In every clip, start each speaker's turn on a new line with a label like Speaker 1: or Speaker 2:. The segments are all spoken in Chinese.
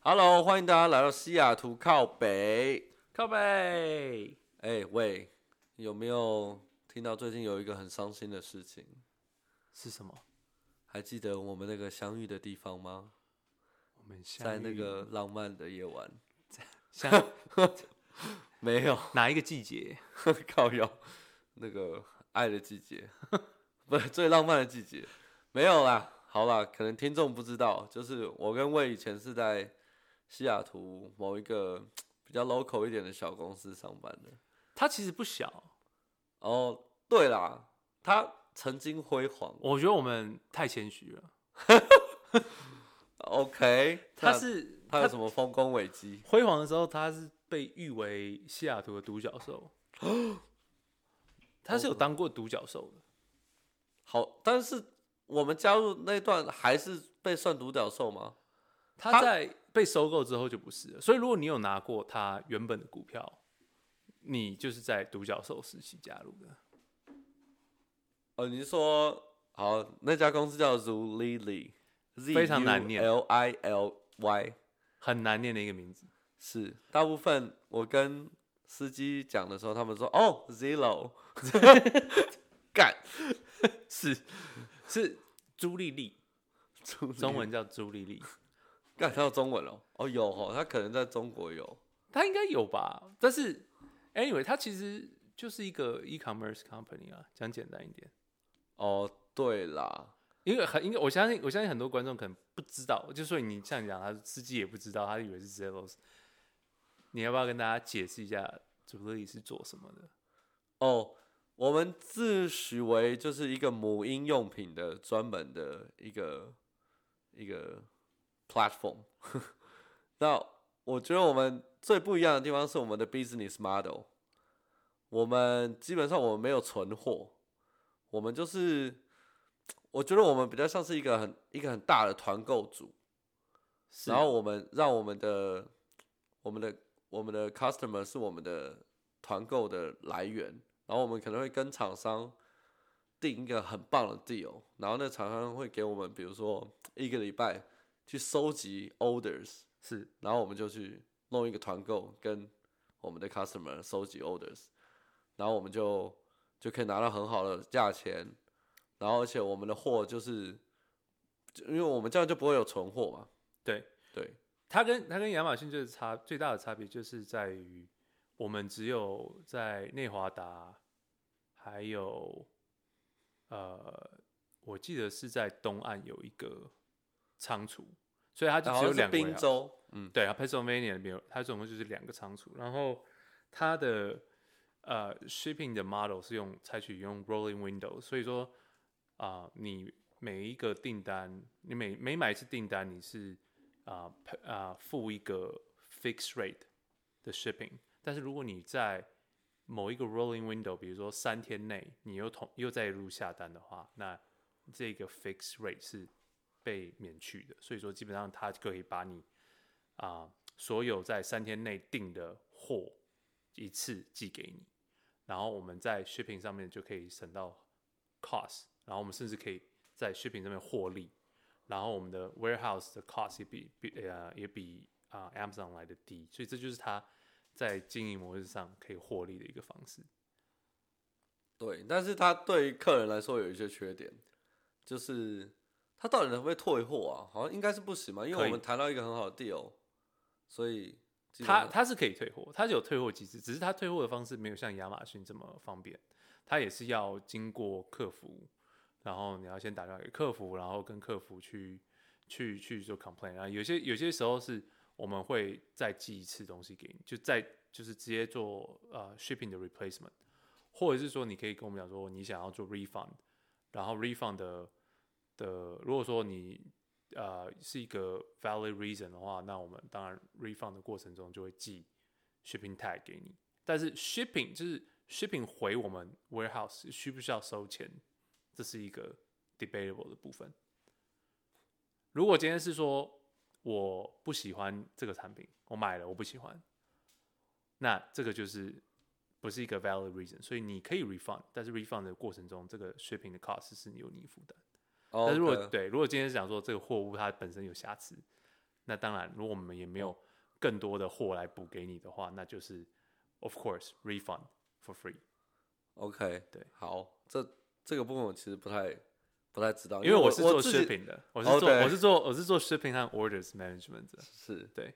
Speaker 1: Hello，欢迎大家来到西雅图靠北。
Speaker 2: 靠背。
Speaker 1: 哎、喂，有没有听到最近有一个很伤心的事情？
Speaker 2: 是什么？
Speaker 1: 还记得我们那个相遇的地方吗？
Speaker 2: 我们相
Speaker 1: 在那
Speaker 2: 遇
Speaker 1: 个浪漫的夜晚，
Speaker 2: 相
Speaker 1: 没有
Speaker 2: 哪一个季节？
Speaker 1: 靠腰，那个爱的季节， 不是最浪漫的季节，没有啦。好啦，可能听众不知道，就是我跟魏以前是在西雅图某一个比较 local 一点的小公司上班的。
Speaker 2: 它其实不小，
Speaker 1: 哦，对啦，他曾经辉煌。
Speaker 2: 我觉得我们太谦虚了。
Speaker 1: OK，
Speaker 2: 它
Speaker 1: 那
Speaker 2: 是
Speaker 1: 他有
Speaker 2: 它
Speaker 1: 什么丰功伟绩？
Speaker 2: 辉煌的时候，它是被誉为西雅图的独角 兽。它是有当过独角兽的，
Speaker 1: 好，但是我们加入那段还是被算独角兽吗？它
Speaker 2: 它在被收购之后就不是了。所以如果你有拿过它原本的股票，你就是在独角兽时期加入的。
Speaker 1: 哦，你是说好那家公司叫 Zulily，
Speaker 2: 非常难念
Speaker 1: ，L I L Y
Speaker 2: 很难念的一个名字，
Speaker 1: 是。大部分我跟司机讲的时候，他们说哦 Zero，干
Speaker 2: 是是朱丽丽，
Speaker 1: 朱丽
Speaker 2: 中文叫朱丽丽，
Speaker 1: 干，他有中文哦，哦有哦，他可能在中国有。
Speaker 2: 它应该有吧？但是 anyway，它其实就是一个 e-commerce company 啊，讲简单一点，
Speaker 1: 哦，对啦，
Speaker 2: 因为很应该我相信我相信很多观众可能不知道，就所以你像你讲，他司机也不知道，他以为是 Zeros，你要不要跟大家解释一下朱丽丽是做什么的？
Speaker 1: 哦，我们自诩为就是一个母婴用品的专门的一个一个 platform。那我觉得我们最不一样的地方是我们的 business model。我们基本上我们没有存货，我们就是，我觉得我们比较像是一个很一个很大的团购组，
Speaker 2: 是啊
Speaker 1: 然后我们让我们的我们的我们的 customer 是我们的团购的来源，然后我们可能会跟厂商定一个很棒的 deal，然后那厂商会给我们比如说一个礼拜去收集 orders，
Speaker 2: 是
Speaker 1: 然后我们就去弄一个团购跟我们的 customer 收集 orders，然后我们就就可以拿到很好的价钱，然后而且我们的货就是，就因为我们这样就不会有存货嘛，
Speaker 2: 对，
Speaker 1: 对，
Speaker 2: 它跟它跟亚马逊就是差最大的差别就是在于，我们只有在内华达，还有呃，我记得是在东岸有一个仓储，所以它就
Speaker 1: 然
Speaker 2: 只有
Speaker 1: 后哦是
Speaker 2: 两个
Speaker 1: 滨
Speaker 2: warehouse
Speaker 1: 州，嗯，
Speaker 2: 对啊，Pennsylvania 那边有，它总共就是两个仓储，然后它的呃 shipping 的 model 是用采取用 rolling window，所以说啊、你每一个订单，你每每买一次订单，你是啊啊、付一个 fixed rate 的 shipping，但是如果你在某一个 rolling window，比如说三天内你又同又再入下单的话，那这个 fixed rate 是被免去的，所以说基本上它可以把你啊、所有在三天内订的货一次寄给你，然后我们在 shipping 上面就可以省到 cost，然后我们甚至可以在 shipping 上面获利，然后我们的 warehouse 的 cost 也比比呃也比啊、Amazon 来的低，所以这就是它在经营模式上可以获利的一个方式。
Speaker 1: 对，但是它对于客人来说有一些缺点，就是它到底能不能退货啊？好像应该是不行嘛，因为
Speaker 2: 可
Speaker 1: 我
Speaker 2: 以
Speaker 1: 们谈到一个很好的 deal，所以基本
Speaker 2: 它
Speaker 1: 上
Speaker 2: 它是可以退货，它是有退货机制，只是它退货的方式没有像亚马逊这么方便，它也是要经过客服，然后你要先打电话给客服，然后跟客服去去去做 complain，然后有些有些时候是我们会再寄一次东西给你，就再就是直接做呃 shipping 的 replacement，或者是说你可以跟我们讲说你想要做 refund，然后 refund 的的如果说你呃是一个 valid reason 的话，那我们当然 refund 的过程中就会寄 shipping tag 给你。但是 shipping 就是 shipping 回我们 warehouse 需不需要收钱，这是一个 debatable 的部分。如果今天是说我不喜欢这个产品，我买了我不喜欢，那这个就是不是一个 valid reason，所以你可以 refund，但是 refund 的过程中，这个 shipping 的 cost 是由你负担。
Speaker 1: 哦，
Speaker 2: 但是如果
Speaker 1: OK
Speaker 2: 对，如果今天是讲说这个货物它本身有瑕疵，那当然，如果我们也没有
Speaker 1: 嗯
Speaker 2: 更多的货来补给你的话，那就是 of course refund for free。
Speaker 1: OK，
Speaker 2: 对，
Speaker 1: 好，这这个部分我其实不太不太知道，
Speaker 2: 因为
Speaker 1: 哦我
Speaker 2: 我是做
Speaker 1: 自己
Speaker 2: shipping 的，我
Speaker 1: 哦
Speaker 2: 是做
Speaker 1: 对
Speaker 2: 我是做我是做 shipping 和 orders management 的。
Speaker 1: 是
Speaker 2: 对。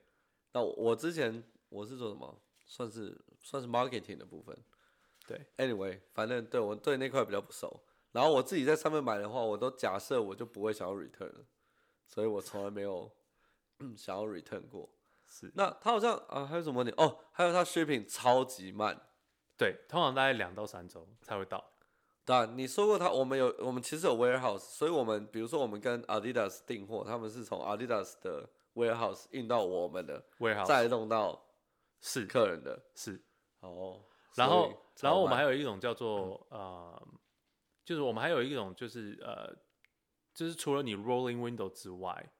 Speaker 1: 那我我之前我是做什么？算是算是 marketing 的部分。
Speaker 2: 对
Speaker 1: ，anyway，反正对我对那块比较不熟。然后我自己在上面买的话，我都假设我就不会想要 return，了所以我从来没有、嗯、想要 return 过。
Speaker 2: 是，
Speaker 1: 那它好像啊，还有什么问题？哦，还有它 shipping 超级慢。
Speaker 2: 对，通常大概两到三周才会到。
Speaker 1: 对啊，你说过它，我们有我们其实有 warehouse，所以我们比如说我们跟 Adidas 订货，他们是从 Adidas 的 warehouse 运到我们的，
Speaker 2: warehouse
Speaker 1: 再弄到
Speaker 2: 是
Speaker 1: 客人的。
Speaker 2: 是，
Speaker 1: 哦，
Speaker 2: 然
Speaker 1: 所以嗯
Speaker 2: 后然后我们还
Speaker 1: 超慢
Speaker 2: 有一种叫做呃，就是我们还有一种就是呃，就是除了你 rolling window 之外，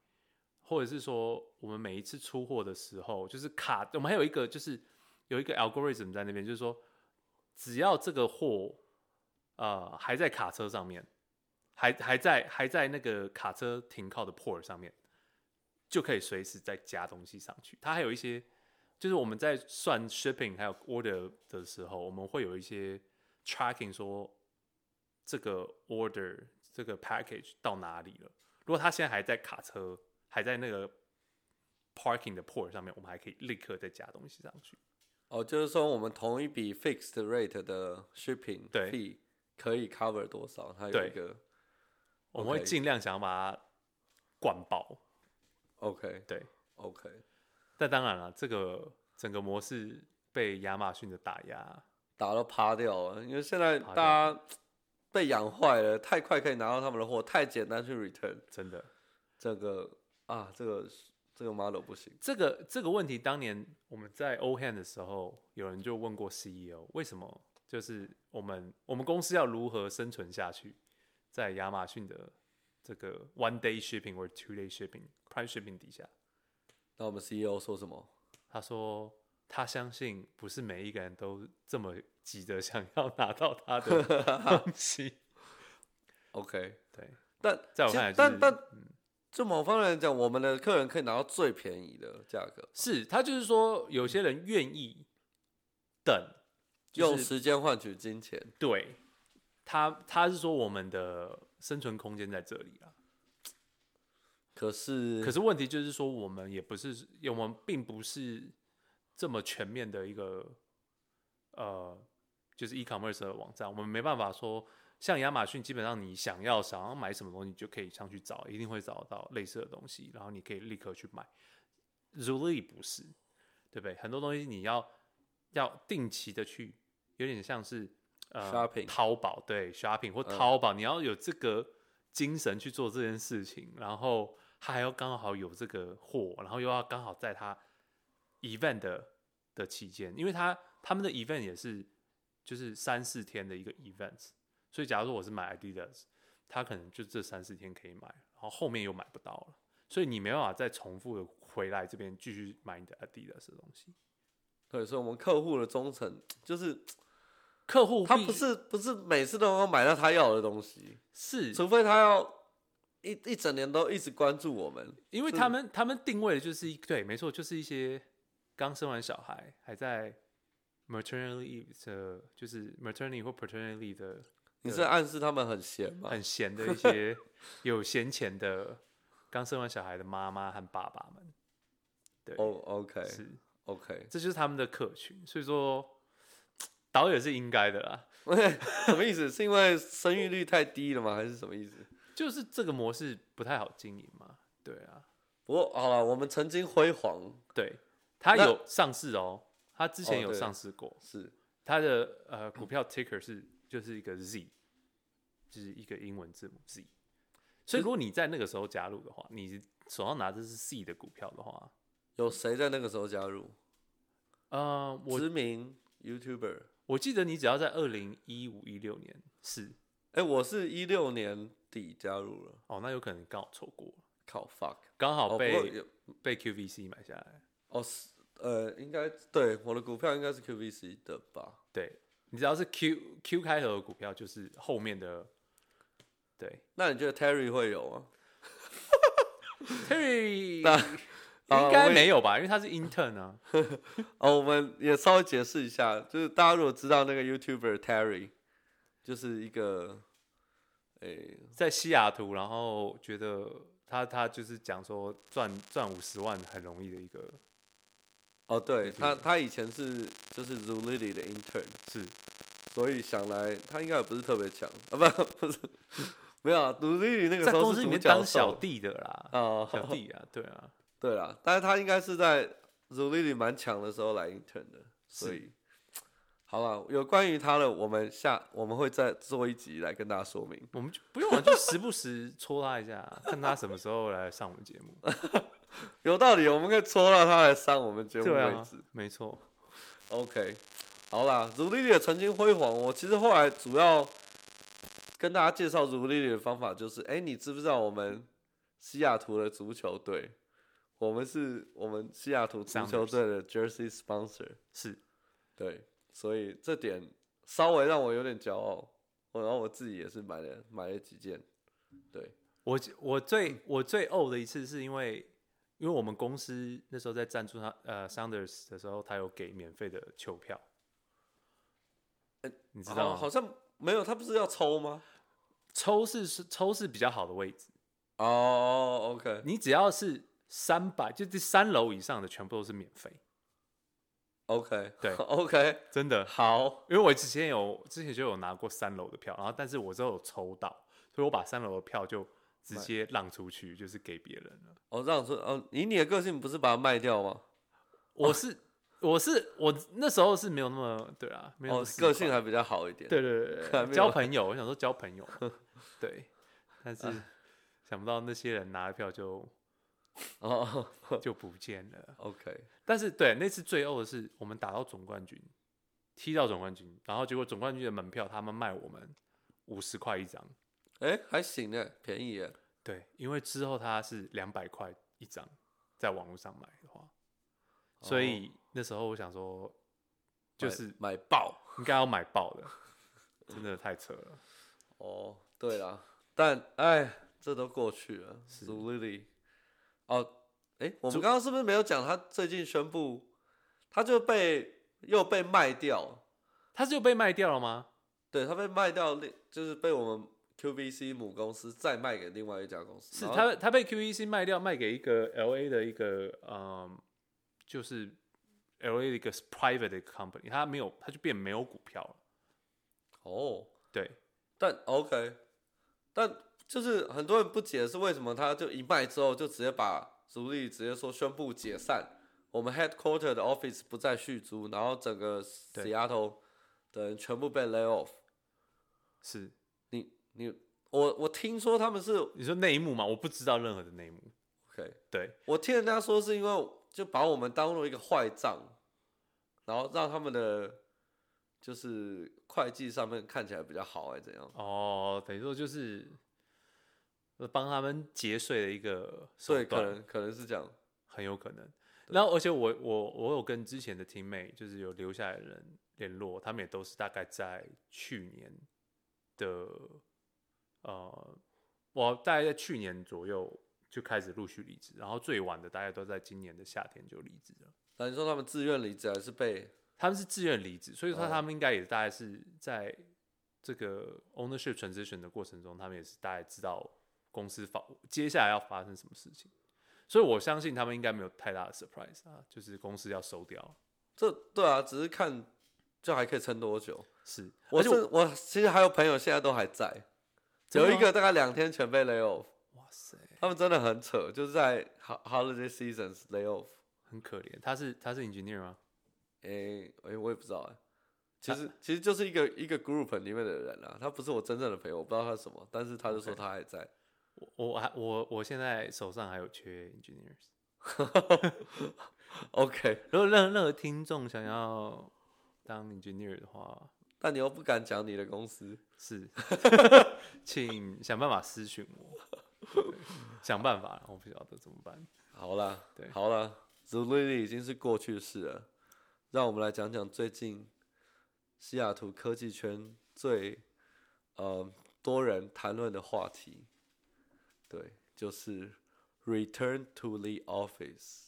Speaker 2: 或者是说我们每一次出货的时候，就是卡，我们还有一个就是有一个 algorithm 在那边，就是说只要这个货呃还在卡车上面，还还在还在那个卡车停靠的 port 上面，就可以随时再加东西上去。它还有一些，就是我们在算 shipping 还有 order 的时候，我们会有一些 tracking 说这个 order 这个 package 到哪里了。如果它现在还在卡车，还在那个 parking 的 port 上面，我们还可以立刻再加东西上去。
Speaker 1: 哦，就是说我们同一笔 fixed rate 的 shipping
Speaker 2: 对
Speaker 1: fee 可以 cover 多少？它有
Speaker 2: 对
Speaker 1: 一个
Speaker 2: 我们会
Speaker 1: OK
Speaker 2: 尽量想要把它灌爆。
Speaker 1: OK
Speaker 2: 对，
Speaker 1: OK，
Speaker 2: 但当然了，这个整个模式被亚马逊的打压，
Speaker 1: 打到趴掉了，因为现在
Speaker 2: 趴
Speaker 1: 大家被养坏了，太快可以拿到他们的货，太简单去 return
Speaker 2: 真的。
Speaker 1: 这个啊，这个这个 model 不行。
Speaker 2: 这个这个问题，当年我们在 O Hand 的时候，有人就问过 CEO，为什么就是我们我们公司要如何生存下去，在亚马逊的这个 one day shipping 或 two day shipping prime shipping 底下，
Speaker 1: 那我们 CEO 说什么？
Speaker 2: 他说他相信不是每一个人都这么急着想要拿到他的东西。
Speaker 1: OK，
Speaker 2: 对，
Speaker 1: 但
Speaker 2: 在我
Speaker 1: 其实
Speaker 2: 看来、就是，
Speaker 1: 但但
Speaker 2: 嗯
Speaker 1: 就某方面来讲，我们的客人可以拿到最便宜的价格，
Speaker 2: 是他就是说，有些人愿意等，就
Speaker 1: 用
Speaker 2: 是
Speaker 1: 时间换取金钱。
Speaker 2: 对他，他是说我们的生存空间在这里啊。
Speaker 1: 可是
Speaker 2: 可是问题就是说，我们也不是，我们并不是这么全面的一个呃，就是 e-commerce 的网站，我们没办法说像亚马逊，基本上你想要想要买什么东西，你就可以上去找，一定会找到类似的东西，然后你可以立刻去买。Zulily 不是，对不对？很多东西你要要定期的去，有点像是呃
Speaker 1: Shopping
Speaker 2: 淘宝对 shopping 或
Speaker 1: 嗯
Speaker 2: 淘宝，你要有这个精神去做这件事情，然后它还要刚好有这个货，然后又要刚好在它 event 的的期间，因为他他们的 event 也是就是三四天的一个 event，所以假如说我是买 Adidas，他可能就这三四天可以买，然后后面又买不到了，所以你没办法再重复的回来这边继续买你的 Adidas 的东西。
Speaker 1: 对，所以我们客户的忠诚就是
Speaker 2: 客户
Speaker 1: 他
Speaker 2: 必
Speaker 1: 不是不是每次都能够买到他要的东西，
Speaker 2: 是
Speaker 1: 除非他要一一整年都一直关注我们。
Speaker 2: 因为他们他们定位的就是一对，没错，就是一些刚生完小孩还在 maternity leave 的，就是 maternity 或 paternity leave 的
Speaker 1: 你是暗示他们很闲吗？
Speaker 2: 很闲 的一些有闲钱的刚生完小孩的妈妈和爸爸们，对，
Speaker 1: 哦，OK，
Speaker 2: 是，
Speaker 1: OK，
Speaker 2: 这就是他们的客群，所以说导演是应该的啦，
Speaker 1: 什么意思？是因为生育率太低了吗？还是什么意思？
Speaker 2: 就是这个模式不太好经营嘛，对啊，
Speaker 1: 不过好了，我们曾经辉煌
Speaker 2: 对，他
Speaker 1: 那
Speaker 2: 有上市哦，他之前
Speaker 1: 哦
Speaker 2: 有
Speaker 1: 对
Speaker 2: 上市过，
Speaker 1: 是
Speaker 2: 他的呃股票 ticker 是就是一个 Z，就是一个英文字母 Z，所以如果你在那个时候加入的话，你手上拿的是 C 的股票的话，
Speaker 1: 有谁在那个时候加入？
Speaker 2: 呃，我
Speaker 1: 知名 YouTuber。
Speaker 2: 我记得你只要在二零一五一六年是
Speaker 1: 哎、我是一六年底加入了，
Speaker 2: 哦，那有可能刚好错过了，
Speaker 1: 靠 fuck，
Speaker 2: 刚好
Speaker 1: 哦，不
Speaker 2: 被、
Speaker 1: 过有
Speaker 2: 被 QVC 买下来。
Speaker 1: 哦是呃，应该对我的股票应该是 QVC 的吧？
Speaker 2: 对你只要是 Q Q 开头的股票，就是后面的。对
Speaker 1: 那你觉得 Terry 会有吗？
Speaker 2: ，Terry，
Speaker 1: 那啊
Speaker 2: 应该
Speaker 1: 我也
Speaker 2: 没有吧？因为他是 intern 啊，
Speaker 1: 哦，我们也稍微解释一下，就是大家如果知道那个 YouTuber Terry，就是一个，诶、
Speaker 2: 在西雅图，然后觉得他他就是讲说赚赚五十万很容易的一个
Speaker 1: 哦，对
Speaker 2: YouTuber
Speaker 1: 他，他以前是就是 Zulily 的 intern，
Speaker 2: 是
Speaker 1: 所以想来他应该也不是特别强啊，不不是， 没有啊，Zulily 那个
Speaker 2: 在
Speaker 1: 时候
Speaker 2: 公
Speaker 1: 是
Speaker 2: 司里
Speaker 1: 独
Speaker 2: 面
Speaker 1: 角
Speaker 2: 当
Speaker 1: 兽
Speaker 2: 小弟的 啦，
Speaker 1: 哦，
Speaker 2: 小弟啊，对啊，
Speaker 1: 对啦，但是他应该是在 Zulily 蛮强的时候来 intern 的，所
Speaker 2: 是
Speaker 1: 以好了，有关于他的，我们下我们会再做一集来跟大家说明。
Speaker 2: 我们就不用了，啊就时不时戳他一下，啊看他什么时候来上我们节 目。
Speaker 1: 啊有道理，我们可以戳到他来上我们节目
Speaker 2: 对
Speaker 1: 位
Speaker 2: 啊
Speaker 1: 置。，
Speaker 2: 没错，
Speaker 1: OK，好啦，如丽丽也曾经辉煌。我其实后来主要跟大家介绍如丽丽的方法就是，哎、你知不知道我们西雅图的足球队？我们是我们西雅图足球
Speaker 2: Sounders
Speaker 1: 队的 jersey sponsor，
Speaker 2: 是
Speaker 1: 对，所以这点稍微让我有点骄傲。我然后我自己也是买了买了几件，对，
Speaker 2: 我我最
Speaker 1: 嗯
Speaker 2: 我最呕的一次是因为，因为我们公司那时候在赞助他呃 Sounders 的时候，他有给免费的球票，你知道
Speaker 1: 呃好
Speaker 2: 吗？
Speaker 1: 好像没有，他不是要抽吗？
Speaker 2: 抽是是抽是比较好的位置，
Speaker 1: 哦、o k
Speaker 2: 你只要是三百，就是三楼以上的全部都是免费，
Speaker 1: OK，
Speaker 2: 对
Speaker 1: ，OK，
Speaker 2: 真的。
Speaker 1: 好，
Speaker 2: 因为我之前有之前就有拿过三楼的票，然后但是我之后有抽到，所以我把三楼的票就直接让出去，就是给别人了。
Speaker 1: 我这样说，哦，以你的个性不是把它卖掉吗？
Speaker 2: 我是我是我那时候是没有那么对啊，没有那
Speaker 1: 哦
Speaker 2: 么，死
Speaker 1: 个性
Speaker 2: 板
Speaker 1: 还比较好一点。，
Speaker 2: 对对对
Speaker 1: 还
Speaker 2: 对
Speaker 1: 没
Speaker 2: 对，交
Speaker 1: 有
Speaker 2: 朋友，我想说交 朋友嘛，对，但是
Speaker 1: 啊
Speaker 2: 想不到那些人拿了票就
Speaker 1: 哦
Speaker 2: 就不见了。
Speaker 1: ，OK，
Speaker 2: 但是对，那次最后的是我们打到总冠军，踢到总冠军，然后结果总冠军的门票他们卖我们五十块一张，
Speaker 1: 哎，还行哎，便宜哎，
Speaker 2: 对，因为之后他是两百块一张，在网络上买的话，所
Speaker 1: 哦
Speaker 2: 以那时候我想说，就
Speaker 1: 买
Speaker 2: 是
Speaker 1: 买爆。
Speaker 2: 应该要买爆 的，真的太扯了。
Speaker 1: 哦，对啦，但哎，这都过去了。朱莉莉，哦，哎，我们
Speaker 2: 朱
Speaker 1: 刚刚是不是没有讲他最近宣布，他就被又被卖掉？
Speaker 2: 他是有被卖掉了吗？
Speaker 1: 对他被卖掉，另就是被我们 QVC 母公司再卖给另外一家公司。
Speaker 2: 是
Speaker 1: 然后
Speaker 2: 他他被 QEC 卖掉，卖给一个 LA 的一个嗯，就是 LA 的一个 private 的 company，他没有，他就变没有股票了。
Speaker 1: 哦，
Speaker 2: 对，
Speaker 1: 但 OK，但就是很多人不解是为什么他就一卖之后就直接把足力直接说宣布解散，我们 headquarter 的 office 不再续租，然后整个
Speaker 2: 对
Speaker 1: Seattle 的人全部被 lay off。
Speaker 2: 是
Speaker 1: 你你我我听说他们是
Speaker 2: 你说内幕嘛？我不知道任何的内幕。
Speaker 1: OK，
Speaker 2: 对，
Speaker 1: 我听人家说是因为就把我们当做一个坏账，然后让他们的就是会计上面看起来比较好还是怎样？
Speaker 2: 哦，等于说就是呃帮他们节税的一个手
Speaker 1: 对，可
Speaker 2: 段，
Speaker 1: 能可能是这样。
Speaker 2: 很有可能。然后，而且我我我有跟之前的 team mate，就是有留下来的人联络，他们也都是大概在去年的，呃，我大概在去年左右就开始陆续离职，然后最晚的大概都在今年的夏天就离职了。
Speaker 1: 那你说他们自愿离职还是被
Speaker 2: 他们是自愿离职，所以说
Speaker 1: 哦
Speaker 2: 他们应该也大概是在这个 ownership transition 的过程中，他们也是大概知道公司发接下来要发生什么事情，所以我相信他们应该没有太大的 surprise 啊，就是公司要收掉。
Speaker 1: 这对啊，只是看就还可以撑多久。
Speaker 2: 是，
Speaker 1: 我
Speaker 2: 而且我
Speaker 1: 是我其实还有朋友现在都还在，
Speaker 2: 真
Speaker 1: 有
Speaker 2: 的
Speaker 1: 一
Speaker 2: 吗
Speaker 1: 个大概两天全被 lay off，
Speaker 2: 哇塞，
Speaker 1: 他们真的很扯，就是在 ho- holiday seasons lay off。
Speaker 2: 很可怜。他是他是 engineer 吗？
Speaker 1: 诶、诶、我也不知道诶、其
Speaker 2: 他
Speaker 1: 实其实就是一个一个 group 里面的人啊，他不是我真正的朋友，我不知道他是什么，但是他就说
Speaker 2: OK
Speaker 1: 他还在。
Speaker 2: 我我还我我现在手上还有缺 engineers。
Speaker 1: OK，
Speaker 2: 如果任任何听众想要当 engineer 的话，
Speaker 1: 但你又不敢讲你的公司，
Speaker 2: 是， 请想办法私讯我，对想办法，我不晓得怎么办。
Speaker 1: 好啦，
Speaker 2: 对
Speaker 1: 好啦 z u l i l y 已经是过去式了。让我们来讲讲最近西雅图科技圈最呃多人谈论的话题，对，就是 Return to the Office。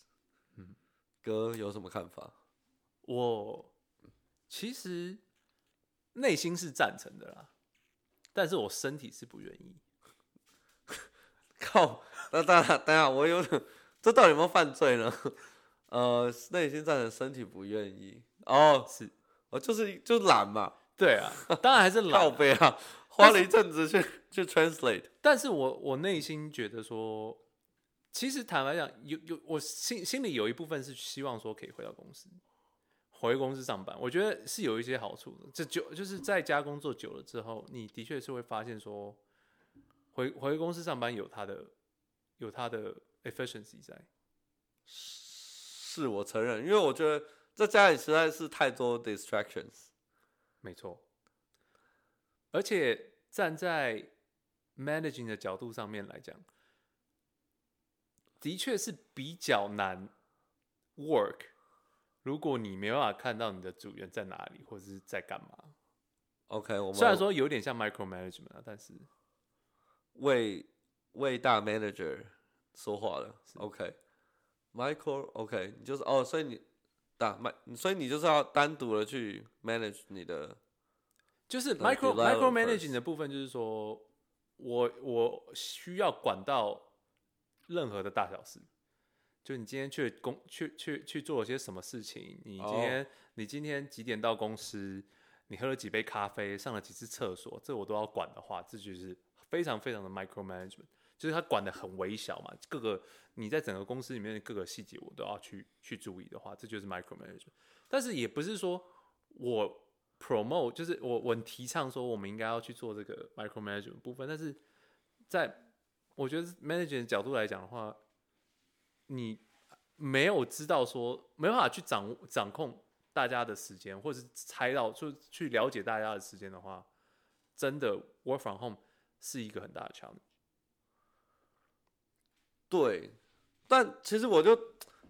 Speaker 1: 嗯，哥有什么看法？
Speaker 2: 我其实内心是赞成的啦，但是我身体是不愿意。
Speaker 1: 靠，那当然，当然，我有点，这到底有没有犯罪呢？ 呃，内心赞成，身体不愿意。哦，
Speaker 2: 是，
Speaker 1: 哦，就是就懒嘛，
Speaker 2: 对啊，当然还是
Speaker 1: 靠
Speaker 2: 老
Speaker 1: 背 啊，花了一阵子去去 translate。
Speaker 2: 但是我我内心觉得说，其实坦白讲，有有我心心里有一部分是希望说可以回到公司，回公司上班，我觉得是有一些好处的。这就就是在家工作久了之后，你的确是会发现说，回回公司上班有它的有它的 efficiency 在。
Speaker 1: 是我承认，因为我觉得在家里实在是太多 distractions。
Speaker 2: 没错，而且站在 managing 的角度上面来讲，的确是比较难 work。如果你没办法看到你的组员在哪里或者是在干嘛，
Speaker 1: OK，我们
Speaker 2: 虽然说有点像 micro management 啊，但是
Speaker 1: 为为大 manager 说话了。OK，Michael，OK，、你就是哦，所以你打麦，所以你就是要单独的去 manage 你的
Speaker 2: 就是
Speaker 1: Like
Speaker 2: micro
Speaker 1: developers
Speaker 2: micro managing 的部分，就是说我我需要管到任何的大小事，就你今天去公去去去做了些什么事情，你今天、你今天几点到公司，你喝了几杯咖啡，上了几次厕所，这我都要管的话，这就是非常非常的 micro management，就是他管的很微小嘛，各个你在整个公司里面的各个细节我都要去去注意的话，这就是 micro management。但是也不是说我 promote，就是我我很提倡说我们应该要去做这个 micro management 部分，但是在我觉得 manager 的角度来讲的话，你没有知道说没办法去掌掌控大家的时间，或者是猜到就去了解大家的时间的话，真的 work from home 是一个很大的 challenge。
Speaker 1: 对，但其实我就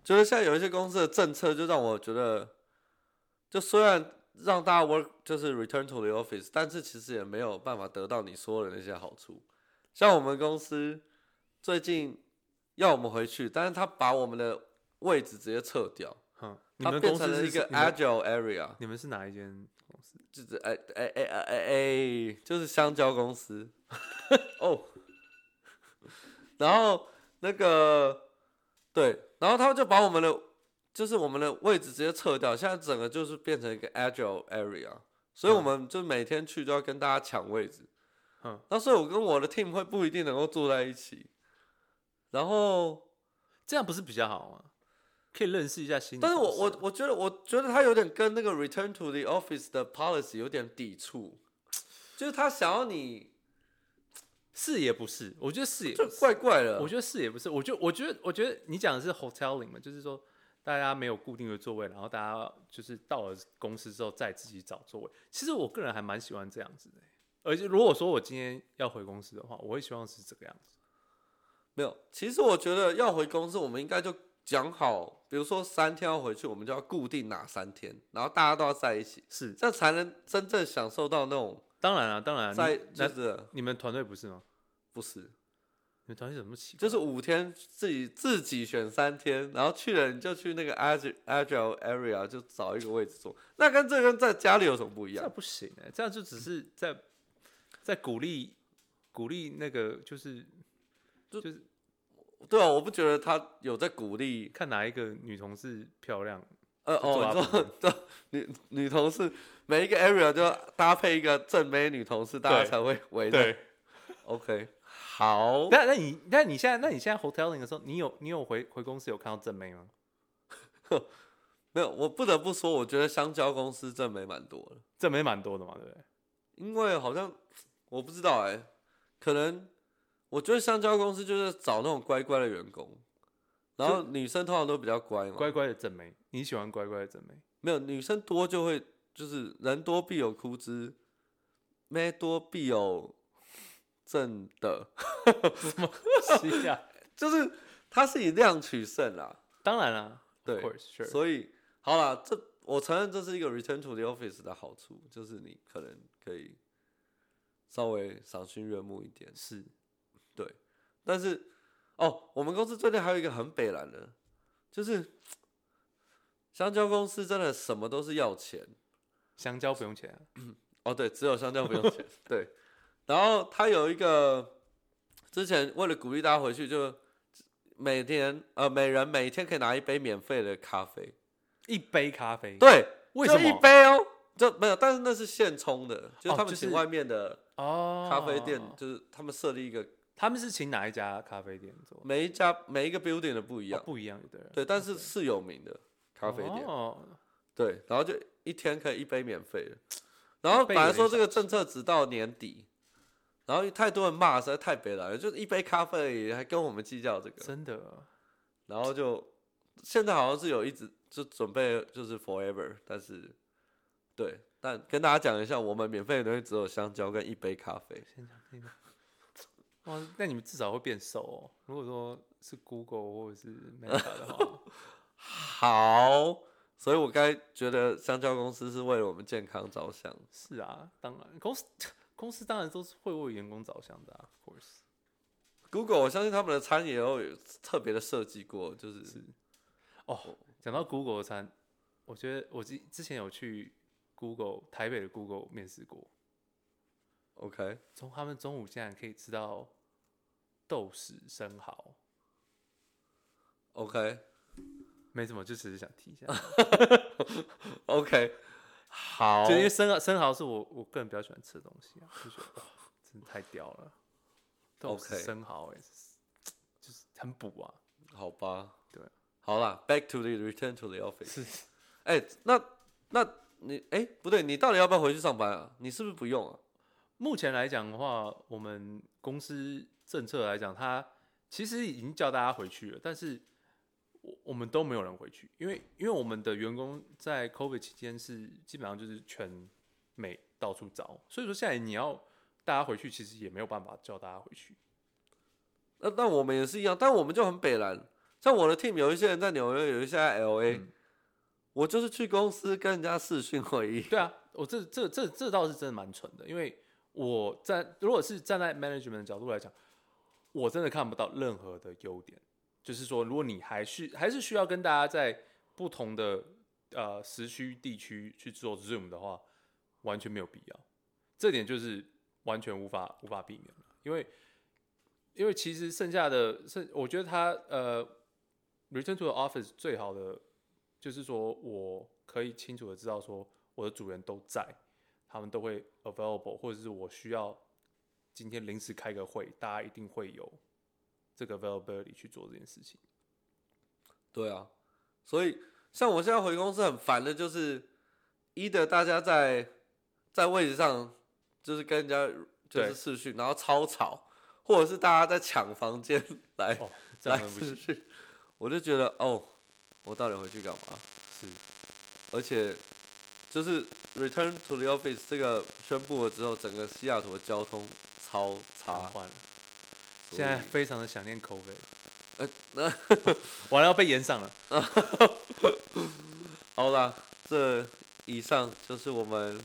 Speaker 1: 觉得现在有一些公司的政策，就让我觉得，就虽然让大家 work 就是 return to the office，但是其实也没有办法得到你说的那些好处。像我们公司最近要我们回去，但是他把我们的位置直接撤掉，
Speaker 2: 哼，你
Speaker 1: 他
Speaker 2: 们
Speaker 1: 变
Speaker 2: 公司
Speaker 1: 成了
Speaker 2: 是
Speaker 1: 一个
Speaker 2: 你们
Speaker 1: agile area，
Speaker 2: 你们是哪一间公司？
Speaker 1: 就是哎哎哎哎哎哎，就是香蕉公司哦。然后那个对，然后他们就把我们的就是我们的位置直接撤掉，现在整个就是变成一个 agile area，所以我
Speaker 2: 嗯
Speaker 1: 们就每天去都要跟大家抢位置。
Speaker 2: 嗯，
Speaker 1: 那所以我跟我的 team 会不一定能够坐在一起，然后
Speaker 2: 这样不是比较好吗？可以认识一下新的
Speaker 1: 但
Speaker 2: 同
Speaker 1: 是
Speaker 2: 事啊。
Speaker 1: 我我我觉得我觉得他有点跟那个 Return to the Office 的 policy 有点抵触，就是他想要你
Speaker 2: 是也不是，我觉得是也
Speaker 1: 就
Speaker 2: 不是，
Speaker 1: 怪怪的。
Speaker 2: 我觉得是也不是，我就我觉得我觉得你讲的是 hoteling 嘛，就是说大家没有固定的座位，然后大家就是到了公司之后再自己找座位。其实我个人还蛮喜欢这样子的欸、而且如果说我今天要回公司的话，我会希望是这个样子。
Speaker 1: 没有，其实我觉得要回公司，我们应该就讲好，比如说三天要回去，我们就要固定哪三天，然后大家都要在一起，
Speaker 2: 是，
Speaker 1: 这样才能真正享受到那种
Speaker 2: 当然啊，当然、啊，
Speaker 1: 在
Speaker 2: 你
Speaker 1: 就
Speaker 2: 那
Speaker 1: 是
Speaker 2: 你们团队不是吗？
Speaker 1: 不是
Speaker 2: 你们团队怎么那么奇怪？
Speaker 1: 就是五天自己自己选三天，然后去了你就去那个 agile agile area 就找一个位置坐，那跟这跟在家里有什么不一
Speaker 2: 这
Speaker 1: 样
Speaker 2: 样？不行哎、这样就只是在在鼓励鼓励那个，就是就是
Speaker 1: 对啊，我不觉得他有在鼓励
Speaker 2: 看哪一个女同事漂亮。
Speaker 1: 呃
Speaker 2: 就做
Speaker 1: 哦，
Speaker 2: 阿
Speaker 1: 你 说对女女同事每一个 area 就要搭配一个正妹女同事，大家
Speaker 2: 对
Speaker 1: 才会围着。，OK，好，
Speaker 2: 那那你那你现在那你现在 hoteling 的时候，你有你有回回公司有看到正妹吗？
Speaker 1: 没有，我不得不说，我觉得香蕉公司正妹蛮多的，
Speaker 2: 正妹蛮多的嘛，对不对？
Speaker 1: 因为好像我不知道哎、可能我觉得香蕉公司就是找那种乖乖的员工，然后女生通常都比较乖嘛，
Speaker 2: 乖乖的正妹，你喜欢乖乖的正妹？
Speaker 1: 没有女生多就会就是人多必有枯枝，妹多必有正的。
Speaker 2: 是呀，
Speaker 1: 就是啊他是以量取胜啦，
Speaker 2: 当然啦，
Speaker 1: 对
Speaker 2: of course, sure.
Speaker 1: 所以好啦，这我承认这是一个 return to the office 的好处，就是你可能可以稍微赏心悦目一点，
Speaker 2: 是
Speaker 1: 但是哦，我们公司最近还有一个很北蓝的，就是香蕉公司真的什么都是要钱
Speaker 2: 香蕉不用钱啊、
Speaker 1: 哦，对，只有香蕉不用 钱，对。然后他有一个之前为了鼓励大家回去，就每天呃每人每天可以拿一杯免费的咖啡，
Speaker 2: 一杯咖啡。，
Speaker 1: 对，
Speaker 2: 为
Speaker 1: 就
Speaker 2: 什么
Speaker 1: 一杯哦？就没有，但是那是现冲的，就是
Speaker 2: 哦
Speaker 1: 他们
Speaker 2: 就
Speaker 1: 请
Speaker 2: 是
Speaker 1: 外面的
Speaker 2: 哦，
Speaker 1: 咖啡店，就是他们设立一个
Speaker 2: 他们是请哪一家咖啡店做？哦
Speaker 1: 每一家每一个 building 的不一样，
Speaker 2: 不一样的人。
Speaker 1: 对，但是是有名的咖啡店，
Speaker 2: 哦，
Speaker 1: 对，然后就一天可以一杯免费的，然后
Speaker 2: 杯
Speaker 1: 本来
Speaker 2: 有点
Speaker 1: 说这
Speaker 2: 小
Speaker 1: 个政策直到年底，然后太多人骂，实在太悲凉了，就是一杯咖啡而已还跟我们计较这个，
Speaker 2: 真的哦
Speaker 1: 然后就现在好像是有一直就准备就是 forever，但是对，但跟大家讲一下，我们免费的东西只有香蕉跟一杯咖啡，
Speaker 2: 先讲这个。哇，那你们至少会变瘦哦。如果说是 Google 或者是 Meta 的话，
Speaker 1: 好，所以我该觉得香蕉公司是为了我们健康着想。
Speaker 2: 是啊，当然公司公司当然都是会为员工着想的、啊、，of course。
Speaker 1: Google，我相信他们的餐也有特别的设计过，就是
Speaker 2: 是哦，讲到 Google 的餐，我觉得我之之前有去 Google 台北的 Google 面试过，
Speaker 1: OK
Speaker 2: 从他们中午竟然可以吃到豆豉生蚝，
Speaker 1: OK
Speaker 2: 没什么，就只是想提一下，
Speaker 1: OK，好
Speaker 2: 就，因为生蚝生蚝是我我个人比较喜欢吃的东西啊，就觉得哇，真的太屌了，豆
Speaker 1: OK
Speaker 2: 豉生蚝哎、就是很补啊，
Speaker 1: 好吧，
Speaker 2: 对，
Speaker 1: 好啦 b a c k to the return to the office。
Speaker 2: 是
Speaker 1: 哎、那那你哎、不对，你到底要不要回去上班啊？你是不是不用啊？
Speaker 2: 目前来讲的话，我们公司政策来讲，它其实已经叫大家回去了，但是我我们都没有人回去，因为因为我们的员工在 COVID 期间是基本上就是全美到处找，所以说现在你要大家回去，其实也没有办法叫大家回去。
Speaker 1: 那那我们也是一样，但我们就很北蓝。像我的 team 有一些人在纽约，有一些在 LA，、我就是去公司跟人家视讯会议。
Speaker 2: 对啊，我这这这这倒是真的蛮蠢的，因为我站如果是站在 management 的角度来讲，我真的看不到任何的优点。就是说，如果你还是还是需要跟大家在不同的呃时区地区去做 Zoom 的话，完全没有必要。这点就是完全无法无法避免了，因为因为其实剩下的剩，我觉得他呃，Return to the Office 最好的就是说我可以清楚的知道说我的组员都在，他们都会 available，或者是我需要今天临时开个会，大家一定会有这个 availability 去做这件事情。
Speaker 1: 对啊，所以像我现在回公司很烦的就是，一的大家在在位置上就是跟人家就是
Speaker 2: 对
Speaker 1: 视讯，然后超吵，或者是大家在抢房间 来、
Speaker 2: 哦，这
Speaker 1: 来
Speaker 2: 样很不
Speaker 1: 视
Speaker 2: 行，
Speaker 1: 讯，我就觉得哦，我到底回去干嘛？
Speaker 2: 是
Speaker 1: 而且就是 Return to the Office 这个宣布了之后，整个西雅图的交通超
Speaker 2: 瘫
Speaker 1: 差，
Speaker 2: 痪了。
Speaker 1: 啊所
Speaker 2: 哦现在
Speaker 1: 以
Speaker 2: 非常的想念 COVID，
Speaker 1: 呃那。
Speaker 2: 完了要被延上了。
Speaker 1: 好啦，这以上就是我们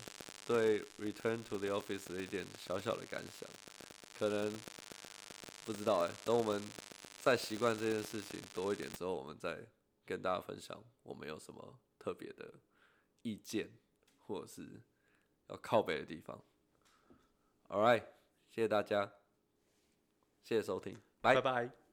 Speaker 1: 对《Return to the Office》的一点小小的感想，可能不知道哎、等我们再习惯这件事情多一点之后，我们再跟大家分享我们有什么特别的意见，或者是要靠北的地方。All right，谢谢大家，谢谢收听，拜
Speaker 2: 拜。拜。